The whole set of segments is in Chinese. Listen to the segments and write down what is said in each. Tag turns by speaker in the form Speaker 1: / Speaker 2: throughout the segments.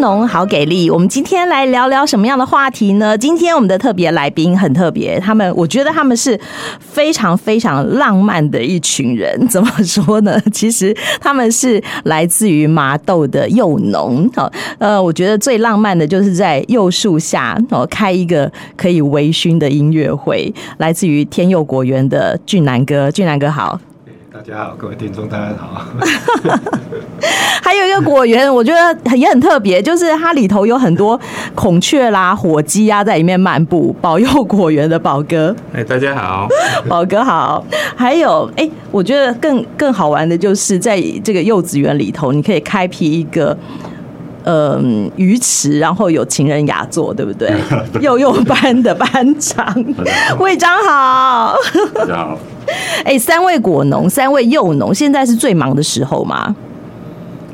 Speaker 1: 农好给力。我们今天来聊聊什么样的话题呢？今天我们的特别来宾很特别，他们我觉得他们是非常非常浪漫的一群人。怎么说呢？ 其实他们是来自于麻豆的幼农。好，呃，我觉得最浪漫的就是在柚树下哦开一个可以微醺的音乐会，来自于天佑果园的俊南哥。俊南哥好。
Speaker 2: 大家好，各位听众，大家好。
Speaker 1: 还有一个果园，我觉得很也很特别，就是它里头有很多孔雀啦、火鸡啊在里面漫步，保佑果园的宝哥，
Speaker 3: 哎、大家好，
Speaker 1: 宝哥好。还有，哎、我觉得更更好玩的就是在这个柚子园里头，你可以开辟一个。嗯，鱼池，然后有情人雅座，对不 对？幼幼班的班长魏章好，
Speaker 3: 大家好。
Speaker 1: 哎、三位果农，三位幼农，现在是最忙的时候吗？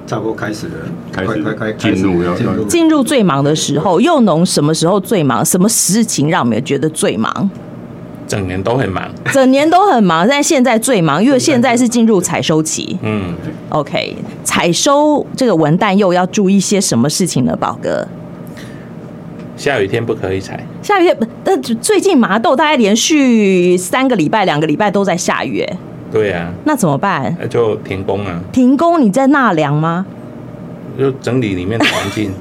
Speaker 2: 差不多开始了，
Speaker 3: 开始
Speaker 2: 快快快，
Speaker 3: 进入要
Speaker 2: 进入
Speaker 1: 进入最忙的时候，幼农什么时候最忙？什么事情让我们觉得最忙？
Speaker 3: 整年都很忙，
Speaker 1: 整年都很忙，但现在最忙，因为现在是进入采收期。
Speaker 3: 嗯，
Speaker 1: OK，采收这个文旦柚要注意些什么事情呢，宝哥？
Speaker 3: 下雨天不可以采，
Speaker 1: 下雨，但最近麻豆大概连续三个礼拜、两个礼拜都在下雨，哎
Speaker 3: 对啊，
Speaker 1: 那怎么办？
Speaker 3: 那就停工啊，
Speaker 1: 停工？你在纳凉吗？
Speaker 3: 就整理里面的环 境，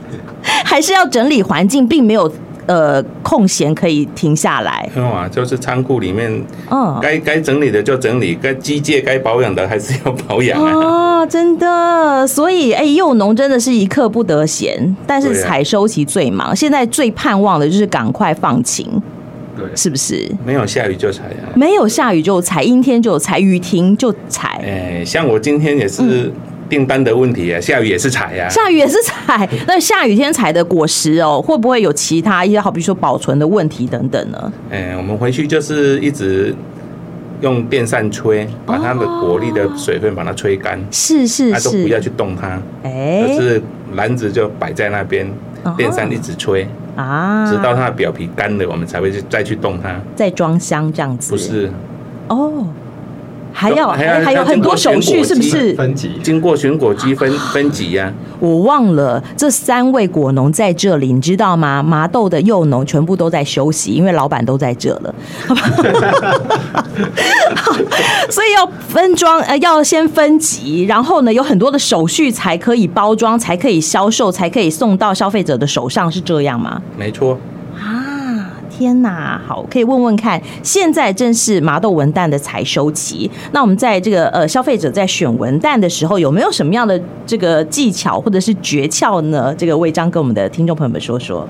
Speaker 1: 还是要整理环境，并没有呃空闲可以停下来？
Speaker 3: 没有啊，就是仓库里面
Speaker 1: 嗯，
Speaker 3: 该该整理的就整理，该机械该保养的还是要保养啊。
Speaker 1: 哦，真的，所以哎，幼农真的是一刻不得闲，但是
Speaker 3: 对啊
Speaker 1: 采收期最忙，现在最盼望的就是赶快放晴，
Speaker 2: 对，
Speaker 1: 是不是？
Speaker 3: 没有下雨就采啊。
Speaker 1: 没有下雨就采，阴天就采，雨停就采，
Speaker 3: 哎、像我今天也是订单的问题啊，下雨也是采啊。
Speaker 1: 嗯下雨也是采。那下雨天采的果实哦，会不会有其他一些，好比说保存的问题等等呢？
Speaker 3: 哎、我们回去就是一直用电扇吹，把它的果粒的水分把它吹干，
Speaker 1: 哦是是
Speaker 3: 它、都不要
Speaker 1: 是，
Speaker 3: 去动它。
Speaker 1: 哎
Speaker 3: 就是篮子就摆在那边
Speaker 1: 啊哈，
Speaker 3: 电扇一直吹，
Speaker 1: 啊
Speaker 3: 直到它的表皮干了，我们才会去再去动它。
Speaker 1: 在装箱这样子，
Speaker 3: 不是
Speaker 1: 哦，还要
Speaker 3: 还要
Speaker 1: 还还有
Speaker 3: 要
Speaker 1: 很多
Speaker 3: 经
Speaker 1: 手
Speaker 3: 过
Speaker 1: 续，
Speaker 3: 选
Speaker 1: 是不
Speaker 3: 果
Speaker 1: 是？
Speaker 2: 分级
Speaker 3: 经过选果机分分级呀、
Speaker 1: 我忘了这三位果农在这里，你知道吗？麻豆的幼农全部都在休息，因为老板都在这了， 所以要分装，呃，要先分级，然后呢，有很多的手续才可以包装，才可以销售，才可以送到消费者的手上，是这样吗？
Speaker 3: 没错。
Speaker 1: 啊，天哪，好，可以问问看，现在正是麻豆文旦的采收期，那我们在这个呃消费者在选文旦的时候，有没有什么样的这个技巧或者是诀窍呢？这个魏章跟我们的听众朋友们说说，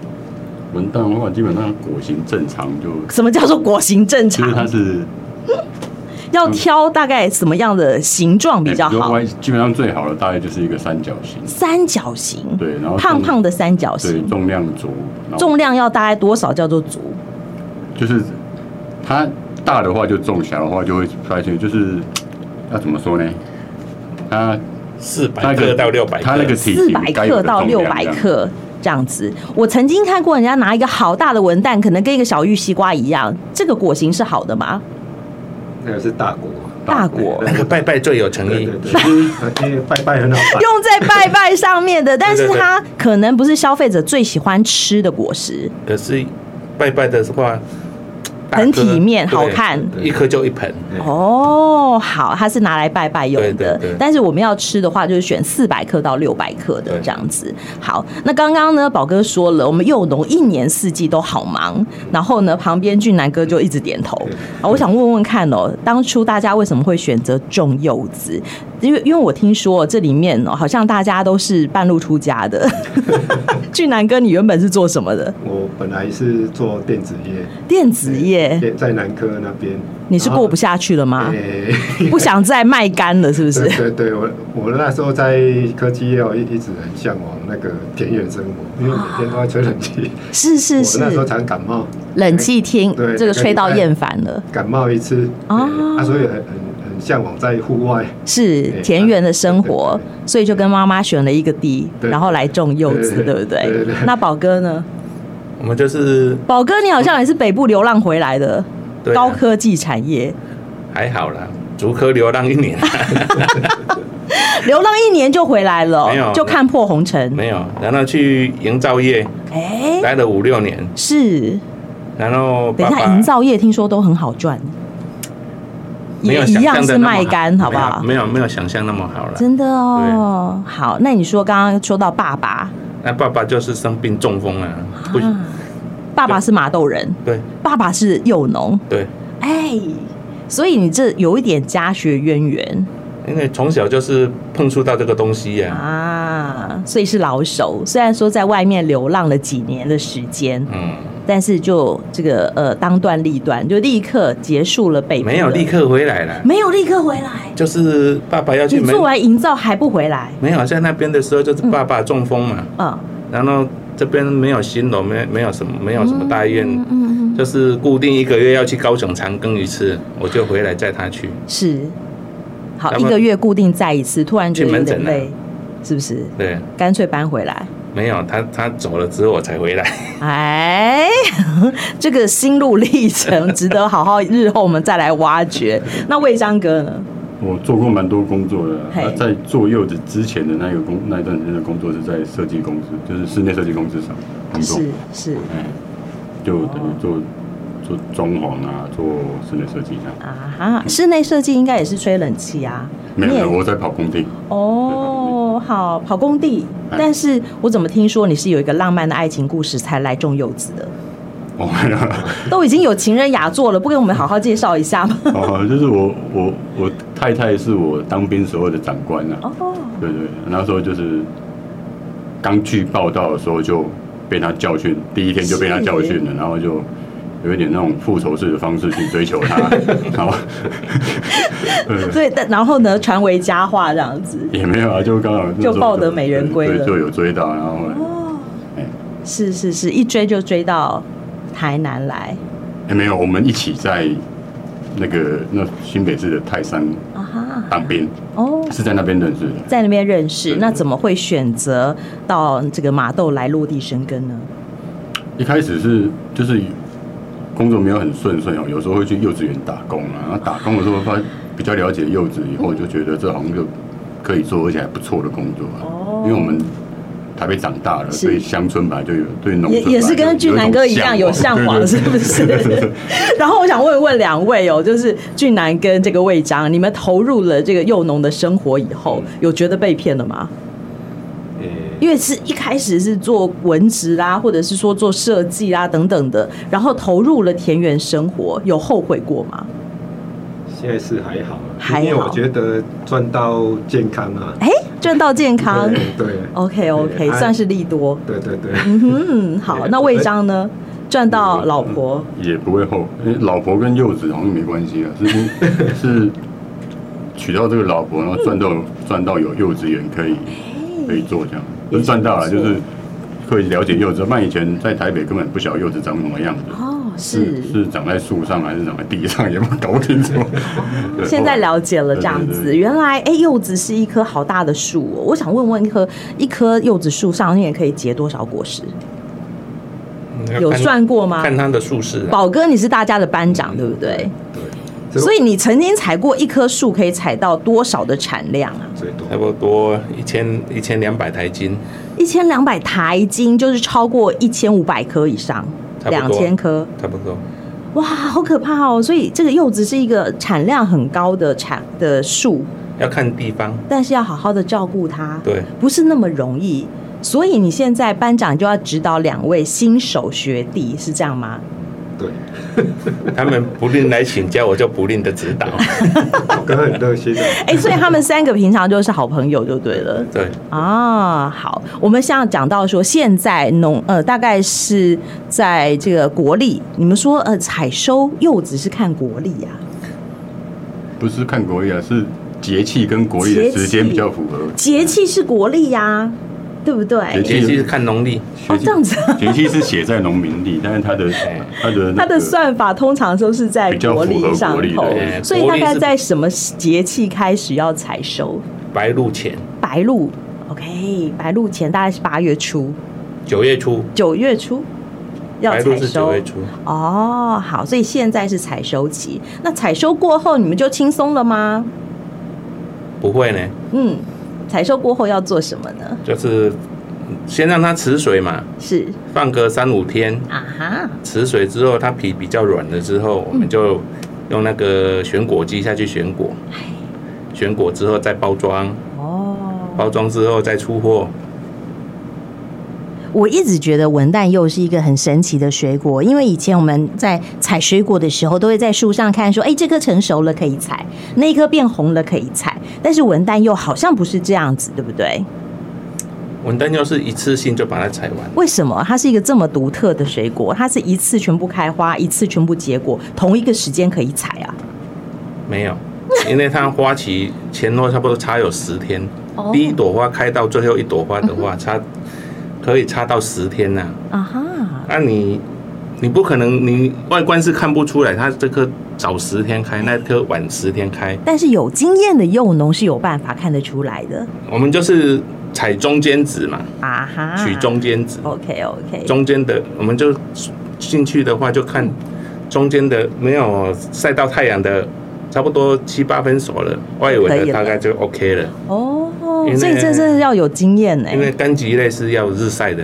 Speaker 4: 文旦的话，基本上果形正常就，
Speaker 1: 什么叫做果形正
Speaker 4: 其实它
Speaker 1: 常？
Speaker 4: 是
Speaker 1: 要挑大概什么样的形状比较
Speaker 4: 哎
Speaker 1: 好？
Speaker 4: 歪基本上最好的大概就是一个三角形，
Speaker 1: 三角形，
Speaker 4: 对，然后
Speaker 1: 胖胖
Speaker 4: 的，
Speaker 1: 的三角
Speaker 4: 对，
Speaker 1: 形，
Speaker 4: 重量足，然后
Speaker 1: 重量要大概多少叫做足？
Speaker 4: 就是它大的话就重，小的话就会发现就是要怎么说呢？它
Speaker 3: 四
Speaker 4: 它
Speaker 3: 百
Speaker 4: 那
Speaker 3: 克
Speaker 4: 个
Speaker 3: 到六百克，
Speaker 4: 它那个体
Speaker 1: 四
Speaker 4: 型
Speaker 1: 百
Speaker 4: 该有
Speaker 1: 克
Speaker 4: 的
Speaker 1: 到
Speaker 4: 重
Speaker 1: 六
Speaker 4: 量
Speaker 1: 百
Speaker 4: 这样，
Speaker 1: 克这样子。我曾经看过人家拿一个好大的文旦，可能跟一个小玉西瓜一样，这个果形是好的吗？
Speaker 2: 那个是大国，
Speaker 1: 大果
Speaker 3: 那个拜拜最有诚
Speaker 2: 对
Speaker 3: 意
Speaker 2: 对，呃对，因为拜拜很好办，
Speaker 1: 用在拜拜上面 的，但是
Speaker 3: 对对对
Speaker 1: 它可能不是消费者最喜欢吃的果实，
Speaker 3: 可是拜拜的话
Speaker 1: 很体面，
Speaker 3: 大颗
Speaker 1: 好看。
Speaker 2: 对
Speaker 3: 一颗就一盆。
Speaker 2: 对
Speaker 1: 哦，好，它是拿来拜拜用的，
Speaker 3: 对对对
Speaker 1: 但是我们要吃的话，就是选四百克到六百克的
Speaker 3: 对
Speaker 1: 这样子。好，那刚刚呢，宝哥说了，我们幼农一年四季都好忙，然后呢，旁边俊南哥就一直点头
Speaker 2: 对。
Speaker 1: 啊，我想问问看哦，当初大家为什么会选择种柚子？因为因为我听说这里面哦，好像大家都是半路出家 的。俊南哥，你原本是做什么的？
Speaker 2: 我本来是做电子业，
Speaker 1: 电子业，
Speaker 2: 对在南科那边，
Speaker 1: 你是过不下去了
Speaker 2: 然
Speaker 1: 吗
Speaker 2: 后？诶
Speaker 1: 不想再卖干了，是 不是
Speaker 2: 对？对对，我我那时候在科技业，我哦一一直很向往那个田园生活，因为每天都在吹冷气，
Speaker 1: 是是是
Speaker 2: 我，那时候常感冒，
Speaker 1: 冷气听
Speaker 2: 对
Speaker 1: 这个吹到厌烦了，
Speaker 2: 感冒一次，
Speaker 1: 啊
Speaker 2: 诶啊，所以很很很向往在户外，
Speaker 1: 是
Speaker 2: 对
Speaker 1: 田园的生活
Speaker 2: 对对，
Speaker 1: 所以就跟妈妈选了一个地，
Speaker 2: 对
Speaker 1: 然后来种柚子，
Speaker 2: 对
Speaker 1: 对不
Speaker 2: 对对
Speaker 1: 对
Speaker 2: 对对？
Speaker 1: 那宝哥呢？
Speaker 3: 我们就是
Speaker 1: 宝哥，你好像也是北部流浪回来的，
Speaker 3: 对啊
Speaker 1: 高科技产业
Speaker 3: 还好啦，竹科流浪一年，
Speaker 1: 流浪一年就回来了，
Speaker 3: 没有
Speaker 1: 就看破红尘。
Speaker 3: 没有，然后去营造业
Speaker 1: 哎、
Speaker 3: 待了五六年，
Speaker 1: 是，
Speaker 3: 然后
Speaker 1: 等
Speaker 3: 爸
Speaker 1: 一下，
Speaker 3: 爸
Speaker 1: 营造业听说都很好赚，
Speaker 3: 没有
Speaker 1: 也一
Speaker 3: 想
Speaker 1: 样
Speaker 3: 象
Speaker 1: 是
Speaker 3: 的那么
Speaker 1: 卖干，好不好？
Speaker 3: 没有没有没有想象那么好了。
Speaker 1: 真的哦，好，那你说刚刚说到爸爸，
Speaker 3: 那爸爸就是生病中风啊，不，
Speaker 1: 啊爸爸是麻豆人，
Speaker 3: 对
Speaker 1: 爸爸是幼农，
Speaker 3: 对，
Speaker 1: 哎、所以你这有一点家学渊源
Speaker 3: 因为从小就是碰触到这个东西呀、
Speaker 1: 啊，所以是老手。虽然说在外面流浪了几年的时间，
Speaker 3: 嗯，
Speaker 1: 但是就这个呃当断立断，就立刻结束了北部的
Speaker 3: 没有立，刻回来了，
Speaker 1: 没有立刻回来。
Speaker 3: 就是爸爸要去
Speaker 1: 你
Speaker 3: 美
Speaker 1: 做完营造还不回来，
Speaker 3: 没有在那边的时候，就是爸爸中风嘛，
Speaker 1: 嗯，
Speaker 3: 然后这边没有新楼，没没有什么没有什么大医院，
Speaker 1: 嗯嗯嗯，
Speaker 3: 就是固定一个月要去高雄长庚一次，我就回来载他去。
Speaker 1: 是。好，
Speaker 3: 咱
Speaker 1: 一
Speaker 3: 们
Speaker 1: 个月固定再一次，突然觉得
Speaker 3: 去
Speaker 1: 有
Speaker 3: 门
Speaker 1: 点
Speaker 3: 诊啊
Speaker 1: 累，是不是？
Speaker 3: 对，
Speaker 1: 干脆搬回来。
Speaker 3: 没有他他走了之后我才回来。
Speaker 1: 哎， 这个心路历程值得好好日后我们再来挖掘。那魏章哥呢？
Speaker 4: 我做过蛮多工作的啊，
Speaker 1: 嘿
Speaker 4: 啊在做柚子之前的那个工那一段时间的工作是在设计公司，就是室内设计公司上工作，
Speaker 1: 是是
Speaker 4: 哎，就
Speaker 1: 哦
Speaker 4: 等于做做装潢啊，做室内设计这样。
Speaker 1: 啊哈，室内设计应该也是吹冷气啊。
Speaker 4: 没有
Speaker 1: 你
Speaker 4: 没
Speaker 1: 也
Speaker 4: 有，我在跑工地，
Speaker 1: 哦，好跑工地，
Speaker 4: 哎
Speaker 1: 但是我怎么听说你是有一个浪漫的爱情故事才来种柚子的？
Speaker 4: 哦， 没有，
Speaker 1: 都已经有情人雅座了，不给我们好好介绍一下 吗？
Speaker 4: 哦，就是我我我太太是我当兵时候的长官啊，
Speaker 1: 哦，
Speaker 4: 对对，那时候就是刚去报道的时候就被他教训，第一天就被他教训了，然后就有一点那种复仇式的方式去追求 他，然后
Speaker 1: 对，但然后呢，传为佳话这样子。
Speaker 4: 也没有啊，就刚好那时候
Speaker 1: 就抱得美人归了
Speaker 4: 对就有追到，然后后来
Speaker 1: 哦
Speaker 4: 哎，
Speaker 1: 是是是，一追就追到台南来
Speaker 4: 也哎没有，我们一起在那个那新北市的泰山
Speaker 1: 啊哈
Speaker 4: 当兵，
Speaker 1: 哦。
Speaker 4: 是在那边认识的。
Speaker 1: 在那边认识，
Speaker 4: 对
Speaker 1: 那怎么会选择到这个马豆来落地生根呢？
Speaker 4: 一开始是就是工作没有很顺遂哦，有时候会去幼稚园打工啊。然后打工的时候发比较了解幼稚以后，就觉得这好像就可以做，而且还不错的工作啊。
Speaker 1: 哦
Speaker 4: 因为我们台北长大了，
Speaker 1: 是
Speaker 4: 所以乡村本来就有对农
Speaker 1: 也
Speaker 4: 村
Speaker 1: 也是
Speaker 4: 本来
Speaker 1: 跟
Speaker 4: 就
Speaker 1: 俊
Speaker 4: 有
Speaker 1: 南
Speaker 4: 一种
Speaker 1: 哥一样有向往，是
Speaker 4: 对对
Speaker 1: 不是？ 然后我想问问两位哦，就是俊南跟这个魏章，你们投入了这个幼农的生活以后，
Speaker 4: 嗯
Speaker 1: 有觉得被骗了吗？
Speaker 2: 欸
Speaker 3: 呃，
Speaker 1: 因为是一开始是做文职啦，或者是说做设计啦等等的，然后投入了田园生活，有后悔过吗？
Speaker 2: 现在是还好啊，
Speaker 1: 还好
Speaker 2: 因为我觉得赚到健康啊，
Speaker 1: 哎，赚到健康
Speaker 2: 对对
Speaker 1: ，OK
Speaker 2: 对
Speaker 1: OK，
Speaker 2: 啊
Speaker 4: 哎
Speaker 1: 算是利多。
Speaker 2: 对对对，
Speaker 1: 嗯哼，好，
Speaker 2: 对
Speaker 1: 那魏章呢？赚到老婆，
Speaker 4: 也不会后，因为老婆跟柚子好像没关系啊， 是是娶到这个老婆，然后赚到赚到有幼稚园可以可以做这样，不是赚到
Speaker 1: 哎
Speaker 4: 了，
Speaker 1: 也是不
Speaker 4: 就
Speaker 1: 错
Speaker 4: 是可以了解柚子。不然以前在台北根本不晓得柚子长什么样子，
Speaker 1: 哦，是，
Speaker 4: 是长在树上还是长在地上，也不搞不清楚。 对
Speaker 1: 现在了解了
Speaker 4: 对
Speaker 1: 这样
Speaker 4: 对
Speaker 1: 子。
Speaker 4: 对
Speaker 1: 原来，哎，柚子是一棵好大的树哦。我想问问，一棵一棵柚子树上面可以结多少果实？有
Speaker 3: 看
Speaker 1: 算过吗？
Speaker 3: 看他的术式、啊，
Speaker 1: 宝哥，你是大家的班长，对不对？
Speaker 2: 对，
Speaker 1: 所以你曾经采过一棵树，可以采到多少的产量啊？
Speaker 2: 最多
Speaker 3: 差不多一千一千两百台斤，
Speaker 1: 一千两百台斤，就是超过一千五百颗以上，
Speaker 3: 差不
Speaker 1: 两
Speaker 3: 多
Speaker 1: 千颗。
Speaker 3: 差不多。
Speaker 1: 哇，好可怕哦！所以这个柚子是一个产量很高的产的树，
Speaker 3: 要看地方，
Speaker 1: 但是要好好的照顾它，
Speaker 3: 对，
Speaker 1: 不是那么容易。所以你现在班长就要指导两位新手学弟，是这样吗？
Speaker 2: 对，
Speaker 3: 他们不吝来请教，我就不吝的指 导。
Speaker 2: 我哥很热心的，啊
Speaker 1: 哎、所以他们三个平常就是好朋友就对了。
Speaker 3: 对，
Speaker 1: 啊，好，我们像讲到说，现在农呃，大概是在这个国历，你们说呃，采收柚子是看国历啊，
Speaker 4: 不是看国历啊，是节气跟国历的时间比较符合。
Speaker 1: 节气是国历呀、对不对？
Speaker 3: 节气是看农历，
Speaker 1: 哦，这样子啊、
Speaker 4: 节气是写在农民历，但是它的它的那
Speaker 1: 它的
Speaker 4: 个
Speaker 1: 算法通常都是在国历上
Speaker 4: 比较
Speaker 1: 头
Speaker 4: 符合国历的
Speaker 3: 哎，
Speaker 1: 所以大
Speaker 3: 国历
Speaker 1: 概
Speaker 3: 是
Speaker 1: 在什么节气开始要采收？
Speaker 3: 白露前
Speaker 1: 白露，OK，白露前大概是八月初、
Speaker 3: 九月初，
Speaker 1: 九月初，
Speaker 5: 要
Speaker 3: 白
Speaker 5: 采
Speaker 3: 露是
Speaker 5: 收
Speaker 3: 九月初，
Speaker 5: 哦，好，所以现在是采收期。那采收过后，你们就轻松了吗？
Speaker 3: 不会呢，
Speaker 5: 嗯，采收过后要做什么呢？
Speaker 3: 就是先让它持水嘛，
Speaker 5: 是
Speaker 3: 放个三五天，
Speaker 5: 啊哈，
Speaker 3: 持水之后它皮比较软了之后，我们就用那个选果机下去选果，
Speaker 5: 哎
Speaker 3: 选果之后再包装，
Speaker 5: 哦，
Speaker 3: 包装之后再出货。
Speaker 1: 我一直觉得文旦柚是一个很神奇的水果，因为以前我们在采水果的时候，都会在树上看说，哎，这棵成熟了可以采，那棵变红了可以采，但是文旦柚好像不是这样子，对不对？
Speaker 3: 文旦柚是一次性就把它采完，
Speaker 1: 为什么它是一个这么独特的水果？它是一次全部开花，一次全部结果，同一个时间可以采啊？
Speaker 3: 没有，因为它花期前后差不多差有十天，
Speaker 1: 哦
Speaker 3: 第一朵花开到最后一朵花的 话，差可以差到十天呐、
Speaker 1: 啊哈，
Speaker 3: 那、你你不可能，你外观是看不出来，它这颗早十天开，那颗晚十天开。
Speaker 1: 但是有经验的柚农是有办法看得出来的
Speaker 3: 我们就是采中间值嘛，
Speaker 1: 啊哦哈。
Speaker 3: 取中间值，
Speaker 1: ，OK OK，
Speaker 3: 中间的我们就进去的话就看中间的没有晒到太阳的，差不多七八分熟了，外围
Speaker 1: 可以
Speaker 3: 的
Speaker 1: 了
Speaker 3: 大概就 OK 了。
Speaker 1: 哦，
Speaker 3: 因为
Speaker 1: 所以这真的要有经验呢、
Speaker 3: 因为柑橘类是要日晒的，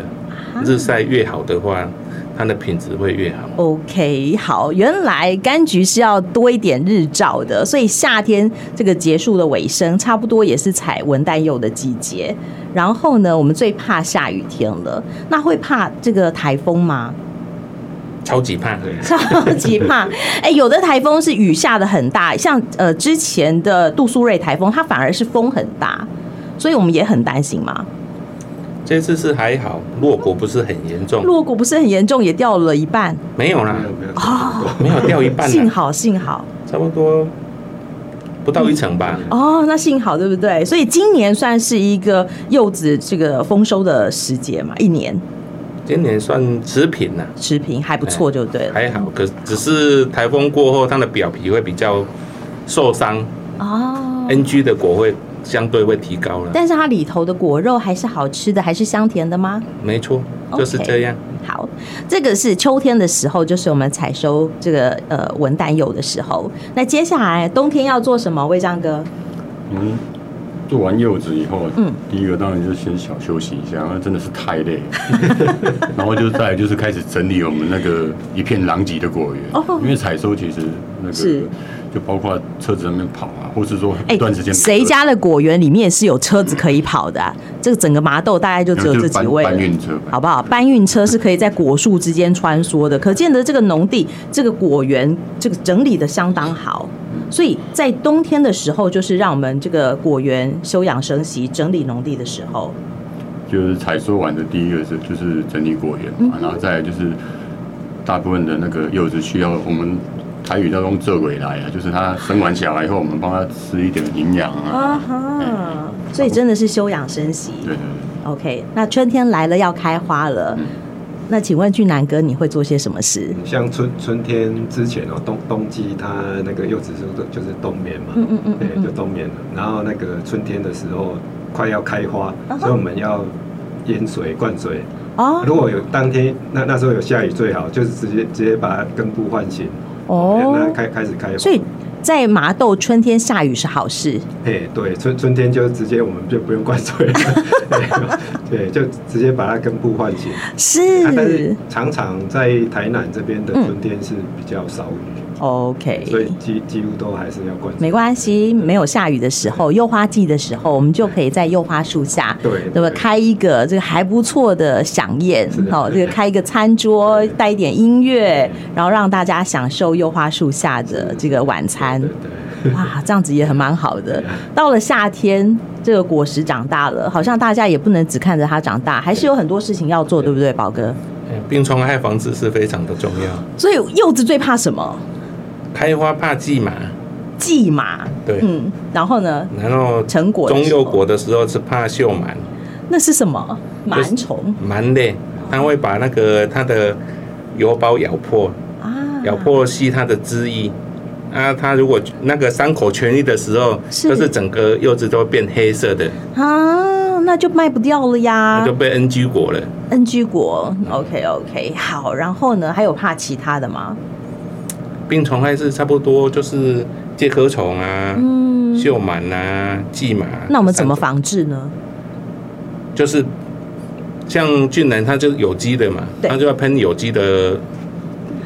Speaker 1: 啊
Speaker 3: 日晒越好的话，它的品质会越好。
Speaker 1: OK，好，原来柑橘是要多一点日照的，所以夏天这个结束的尾声，差不多也是采文旦柚的季节。然后呢，我们最怕下雨天了，那会怕这个台风吗？
Speaker 3: 超级怕，
Speaker 1: 超级怕！哎，有的台风是雨下的很大，像呃之前的杜苏芮台风，它反而是风很大，所以我们也很担心嘛。
Speaker 3: 这次是还好，落果不是很严重，
Speaker 1: 落果不是很严重，也掉了一半，
Speaker 3: 没有啦
Speaker 2: 没，有没有
Speaker 3: 没有掉一半
Speaker 1: 幸
Speaker 3: 啦，
Speaker 1: 好幸好。
Speaker 3: 差不多不到一层吧。
Speaker 1: 哦，那幸好对不对？所以今年算是一个柚子这个丰收的时节嘛，一年
Speaker 3: 今年算持平啦，
Speaker 1: 持平还不
Speaker 4: 哎
Speaker 1: 错就对了。
Speaker 3: 还好，可只是台风过后，它的表皮会比较受伤
Speaker 1: 哦，
Speaker 3: ，NG 的果会相对会提高了。
Speaker 1: 但是它里头的果肉还是好吃的，还是香甜的吗？
Speaker 3: 没错，就是这样。
Speaker 1: 好，这个是秋天的时候，就是我们采收这个呃文旦柚的时候。那接下来冬天要做什么？魏章哥，
Speaker 4: 嗯，做完柚子以后，
Speaker 1: 嗯
Speaker 4: 第一个当然就先小休息一下，那真的是太累 了。然后就再来就是开始整理我们那个一片狼藉的果园，
Speaker 1: 哦
Speaker 4: 因为采收其实那个
Speaker 1: 是哎
Speaker 4: 就包括车子上面跑啊，或是说一段时间没
Speaker 1: 谁
Speaker 4: 车
Speaker 1: 家的果园里面是有车子可以跑的啊、这个整个麻豆大概就只有
Speaker 4: 就
Speaker 1: 这
Speaker 4: 是
Speaker 1: 几
Speaker 4: 搬
Speaker 1: 位了。
Speaker 4: 搬运车吧，
Speaker 1: 啊好不好？搬运车是可以在果树之间穿梭的，可见得这个农地、这个果园、这个整理的相当好。所以在冬天的时候，就是让我们这个果园休养生息、整理农地的时候。
Speaker 4: 就是采收完的第一个是就是整理果园
Speaker 1: 嗯
Speaker 4: 嘛，然后再来就是大部分的那个柚子需要我们台语叫用这尾来啊，就是它生完小孩以后，我们帮它吃一点营养啊，
Speaker 1: 啊哈，所以真的是休养生息。
Speaker 4: 对对对，
Speaker 1: OK，那春天来了，要开花了。
Speaker 2: 嗯
Speaker 1: 那请问俊南哥，你会做些什么事？
Speaker 2: 像春春天之前哦，冬冬季它那个柚子树的就是冬眠嘛，
Speaker 1: 嗯嗯嗯
Speaker 2: 对，就冬眠了。然后那个春天的时候快要开花，
Speaker 1: 嗯
Speaker 2: 所以我们要淹水灌水。
Speaker 1: 哦
Speaker 2: 如果有当天那那时候有下雨最好，就是直接直接把根部唤醒，那
Speaker 1: 哦，
Speaker 2: 开开始开花。
Speaker 1: 所以在麻豆春天下雨是好事。
Speaker 2: 嘿，对，春春天就直接我们就不用 灌水了，对，就直接把它根部唤醒。啊但是
Speaker 1: 是嗯
Speaker 2: 常常在台南这边的春天是比较少雨，
Speaker 1: ，OK。
Speaker 2: 所以几几乎都还是要灌水。
Speaker 1: 没关系，没有下雨的时候，柚花季的时候，我们就可以在柚花树下，
Speaker 2: 对
Speaker 1: 那么
Speaker 2: 对
Speaker 1: 开一个这个还不错的飨宴
Speaker 2: 是，的
Speaker 1: 好、这个开一个餐桌，带一点音乐，然后让大家享受柚花树下的这个晚餐
Speaker 2: 对，对，
Speaker 1: 哇，这样子也很蛮好的
Speaker 2: 对啊。
Speaker 1: 到了夏天，这个果实长大了，好像大家也不能只看着它长大，还是有很多事情要做，对不对，宝哥？
Speaker 3: 哎病虫害防治是非常的重要。
Speaker 1: 所以柚子最怕什么？
Speaker 3: 开花怕蓟马，
Speaker 1: 蓟麻，
Speaker 3: 对
Speaker 1: 嗯，然后呢，
Speaker 3: 然后
Speaker 1: 成果的
Speaker 3: 中
Speaker 1: 时候
Speaker 3: 幼果的时候是怕锈螨，
Speaker 1: 那是什么？
Speaker 3: 就是
Speaker 1: 螨虫
Speaker 3: 螨类，它会把那个它的油包咬破，
Speaker 1: 啊，
Speaker 3: 咬破吸它的汁液。啊，它如果那个伤口痊愈的时候，
Speaker 1: 是
Speaker 3: 就是整个柚子都会变黑色的，
Speaker 1: 啊，那就卖不掉了呀
Speaker 3: 那就。被 NG 果了。
Speaker 1: NG 果，OK OK，好。然后呢，还有怕其他的吗？
Speaker 3: 病虫害是差不多就是介壳虫啊、
Speaker 1: 嗯，
Speaker 3: 锈螨啊、蓟马。
Speaker 1: 那我们怎么？防治呢？
Speaker 3: 就是像俊南，它就是有机的嘛，
Speaker 1: 对
Speaker 3: 它就要喷有机的，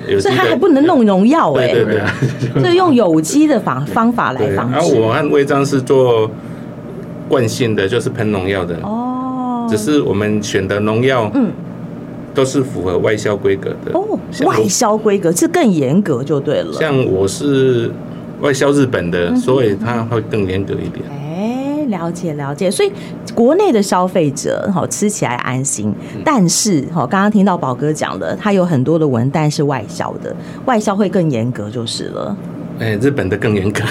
Speaker 3: 有机
Speaker 1: 所以
Speaker 3: 的
Speaker 1: 它还不能弄农药哎、
Speaker 3: 对对
Speaker 2: 对啊，
Speaker 1: 所以用有机的方方法来
Speaker 3: 对。
Speaker 1: 防
Speaker 3: 然后
Speaker 1: 治。
Speaker 3: 我和胃章是做惯性的，就是喷农药的，
Speaker 1: 哦，
Speaker 3: 只是我们选的农药
Speaker 1: 嗯
Speaker 3: 都是符合外销规格的。
Speaker 1: 哦，
Speaker 3: 像我
Speaker 1: 外销规格这更严格就对了。嗯
Speaker 3: 像我是外销日本的，所以它会更严格一点。
Speaker 1: 哎，了解了解，所以国内的消费者好吃起来安心，但是好刚刚听到宝哥讲的，它有很多的文旦是外销的，外销会更严格就是了。
Speaker 3: 哎，日本的更严 格。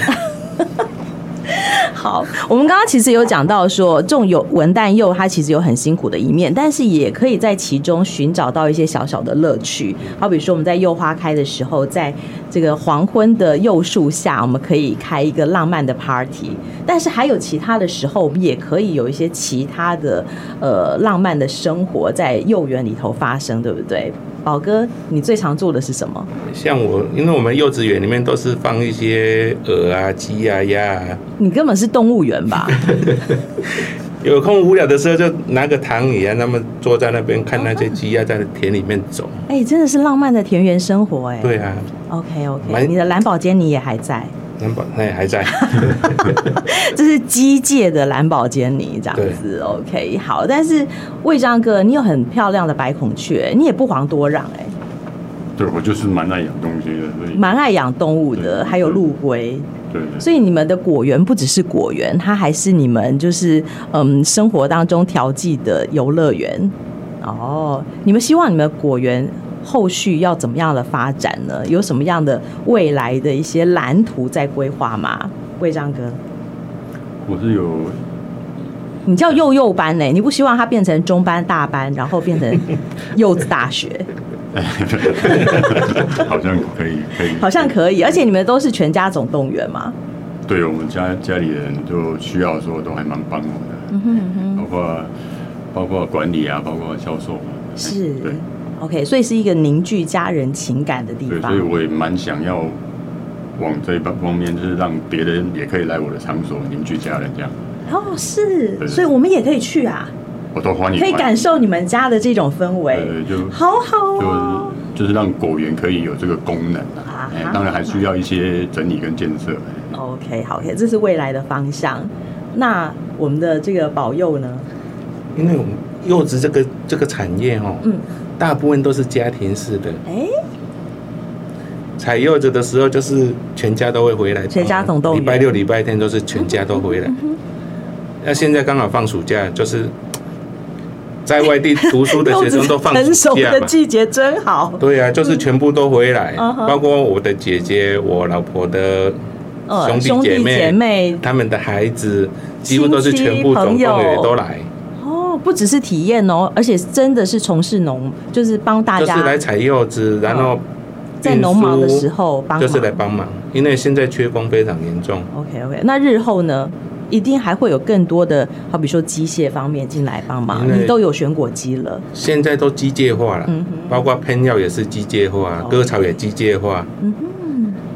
Speaker 1: 好，我们刚刚其实有讲到说，这种有文旦柚它其实有很辛苦的一面，但是也可以在其中寻找到一些小小的乐趣。好比说我们在柚花开的时候，在这个黄昏的柚树下，我们可以开一个浪漫的 party。但是还有其他的时候，我们也可以有一些其他的呃浪漫的生活在幼园里头发生，对不对？宝哥，你最常做的是什么？
Speaker 3: 像我，因为我们幼稚园里面都是放一些鹅啊、鸡啊、鸭啊，
Speaker 1: 你根本是动物园吧？
Speaker 3: 有空无聊的时候就拿个躺椅啊，那么坐在那边看那
Speaker 1: 哦
Speaker 3: 些鸡鸭在田里面走。
Speaker 1: 哎、真的是浪漫的田园生活哎、
Speaker 3: 对啊，
Speaker 1: OK
Speaker 3: 蛮
Speaker 1: OK，你的蓝宝坚尼也还在，
Speaker 3: 南宝那也哎还在。
Speaker 1: 这是机械的蓝宝坚尼这样子。OK，好，但是魏章哥，你有很漂亮的白孔雀，你也不遑多让哎、
Speaker 4: 对我就是蛮爱养东西的，所以
Speaker 1: 蛮爱养动物的，
Speaker 4: 对
Speaker 1: 还有陆龟，
Speaker 4: 对对
Speaker 1: 所以你们的果园不只是果园，它还是你们就是嗯生活当中调剂的游乐园。哦，你们希望你们的果园后续要怎么样的发展呢？有什么样的未来的一些蓝图在规划吗？魏章哥。
Speaker 4: 我是有
Speaker 1: 你叫幼幼班呢、你不希望它变成中班、大班，然后变成幼稚大学，
Speaker 4: 好像可以可以，
Speaker 1: 好像可以。而且你们都是全家总动员嘛，
Speaker 4: 对我们家家里人就需要的时候都还蛮帮我的，
Speaker 1: 嗯
Speaker 4: 包括包括管理啊，包括销售啊，
Speaker 1: 是
Speaker 4: 对
Speaker 1: OK，所以是一个凝聚家人情感的地
Speaker 4: 对，所
Speaker 1: 方
Speaker 4: 以。我也蛮想要往这一方方面，就是让别人也可以来我的场所凝聚家人这样，
Speaker 1: 哦，
Speaker 4: 对
Speaker 1: 是，所以我们也可以去啊，
Speaker 4: 我都欢迎
Speaker 1: 可以
Speaker 4: 来
Speaker 1: 感受你欸们家的这种氛围，
Speaker 4: 对，就
Speaker 1: 好好哦。
Speaker 4: 就就是让果园可以有这个功能
Speaker 1: 啊
Speaker 4: 啊，哎当然还需要一些整理跟建设。
Speaker 1: OK，好，OK，这是未来的方向。那我们的这个保佑呢？
Speaker 3: 因为我们柚子这个这个产业哦，
Speaker 1: 嗯，
Speaker 3: 大部分都是家庭式的，
Speaker 1: 哎，
Speaker 3: 采柚子的时候就是全家都会回来，
Speaker 1: 全家总动员嗯
Speaker 3: 礼拜六、礼拜天都是全家都回来。那现在刚好放暑假，就是在外地读书的
Speaker 1: 柚
Speaker 3: 学
Speaker 1: 子
Speaker 3: 生都 放
Speaker 1: 成熟
Speaker 3: 暑假
Speaker 1: 的
Speaker 3: 嘛。
Speaker 1: 季节真好。
Speaker 3: 对啊，就是全部都回来，
Speaker 1: 嗯哼
Speaker 3: 包括我的姐姐、我老婆的
Speaker 1: 呃
Speaker 3: 兄
Speaker 1: 兄
Speaker 3: 弟
Speaker 1: 弟
Speaker 3: 姐妹、
Speaker 1: 姐妹
Speaker 3: 他们的孩子，几乎都是全部总
Speaker 1: 亲戚
Speaker 3: 动
Speaker 1: 朋
Speaker 3: 员
Speaker 1: 友
Speaker 3: 都来，
Speaker 1: 哦，不只是体验哦，而且真的是从事农，就是帮大
Speaker 3: 就是
Speaker 1: 家
Speaker 3: 来采柚子，然后
Speaker 1: 嗯在农忙的时候帮忙。
Speaker 3: 就是来帮忙，因为现在缺工非常严重。
Speaker 1: OK OK，那日后呢，一定还会有更多的，好比说机械方面进来帮忙。
Speaker 3: 因为
Speaker 1: 你都有选果机了，
Speaker 3: 现在都机械化了，
Speaker 1: 嗯
Speaker 3: 包括喷药也是机械化
Speaker 1: 哦，
Speaker 3: 割草也机械化。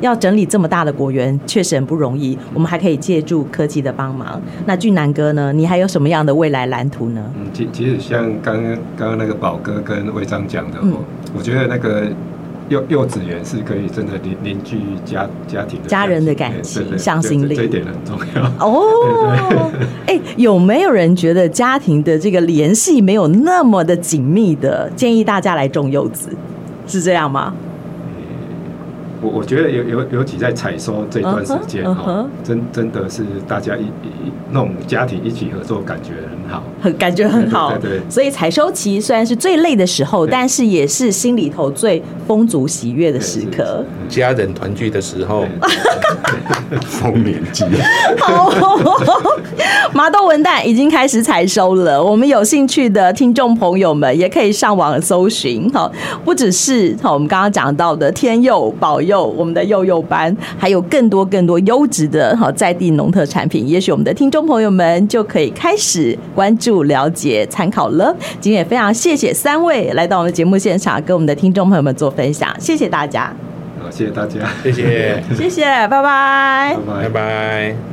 Speaker 1: 要整理这么大的果园，确实很不容易。我们还可以借助科技的帮忙。那俊南哥呢，你还有什么样的未来蓝图呢？
Speaker 2: 嗯，其其实像刚刚刚刚那个宝哥跟魏章讲的，我、哦
Speaker 1: 嗯
Speaker 2: 我觉得那个幼幼稚园是可以真的凝凝聚家家庭的
Speaker 1: 家人的感
Speaker 2: 对
Speaker 1: 情
Speaker 2: 对对
Speaker 1: 向心
Speaker 2: 这
Speaker 1: 力
Speaker 2: 这一点很重要。
Speaker 1: 哦，哎，有没有人觉得家庭的这个联系没有那么的紧密的？建议大家来种柚子，是这样吗？
Speaker 2: 我我觉得尤尤尤其在采收这段时间
Speaker 1: 嗯
Speaker 2: 哦，
Speaker 1: 哼嗯哼
Speaker 2: 真真的是大家一一一那种家庭一起合作，感觉很好。
Speaker 1: 很感觉很好，
Speaker 2: 对对对
Speaker 1: 所以采收期虽然是最累的时候，
Speaker 2: 对
Speaker 1: 但是也是心里头最丰足喜悦的时刻。
Speaker 3: 家人团聚的时候
Speaker 2: 嗯对，对
Speaker 4: 丰年祭，
Speaker 1: 好、麻豆文旦已经开始采收了，我们有兴趣的听众朋友们也可以上网搜寻。好，不只是好我们刚刚讲到的天佑、保佑，我们的幼幼班，还有更多更多优质的好在地农特产品，也许我们的听众朋友们就可以开始关。关注、了解、参考了。今天也非常谢谢三位来到我们的节目现场，跟我们的听众朋友们做分享，谢谢大家，哎
Speaker 2: 好，谢谢大家，
Speaker 3: 谢谢，
Speaker 1: 谢谢，拜拜，
Speaker 2: 拜
Speaker 3: 拜
Speaker 2: 拜。
Speaker 3: 拜。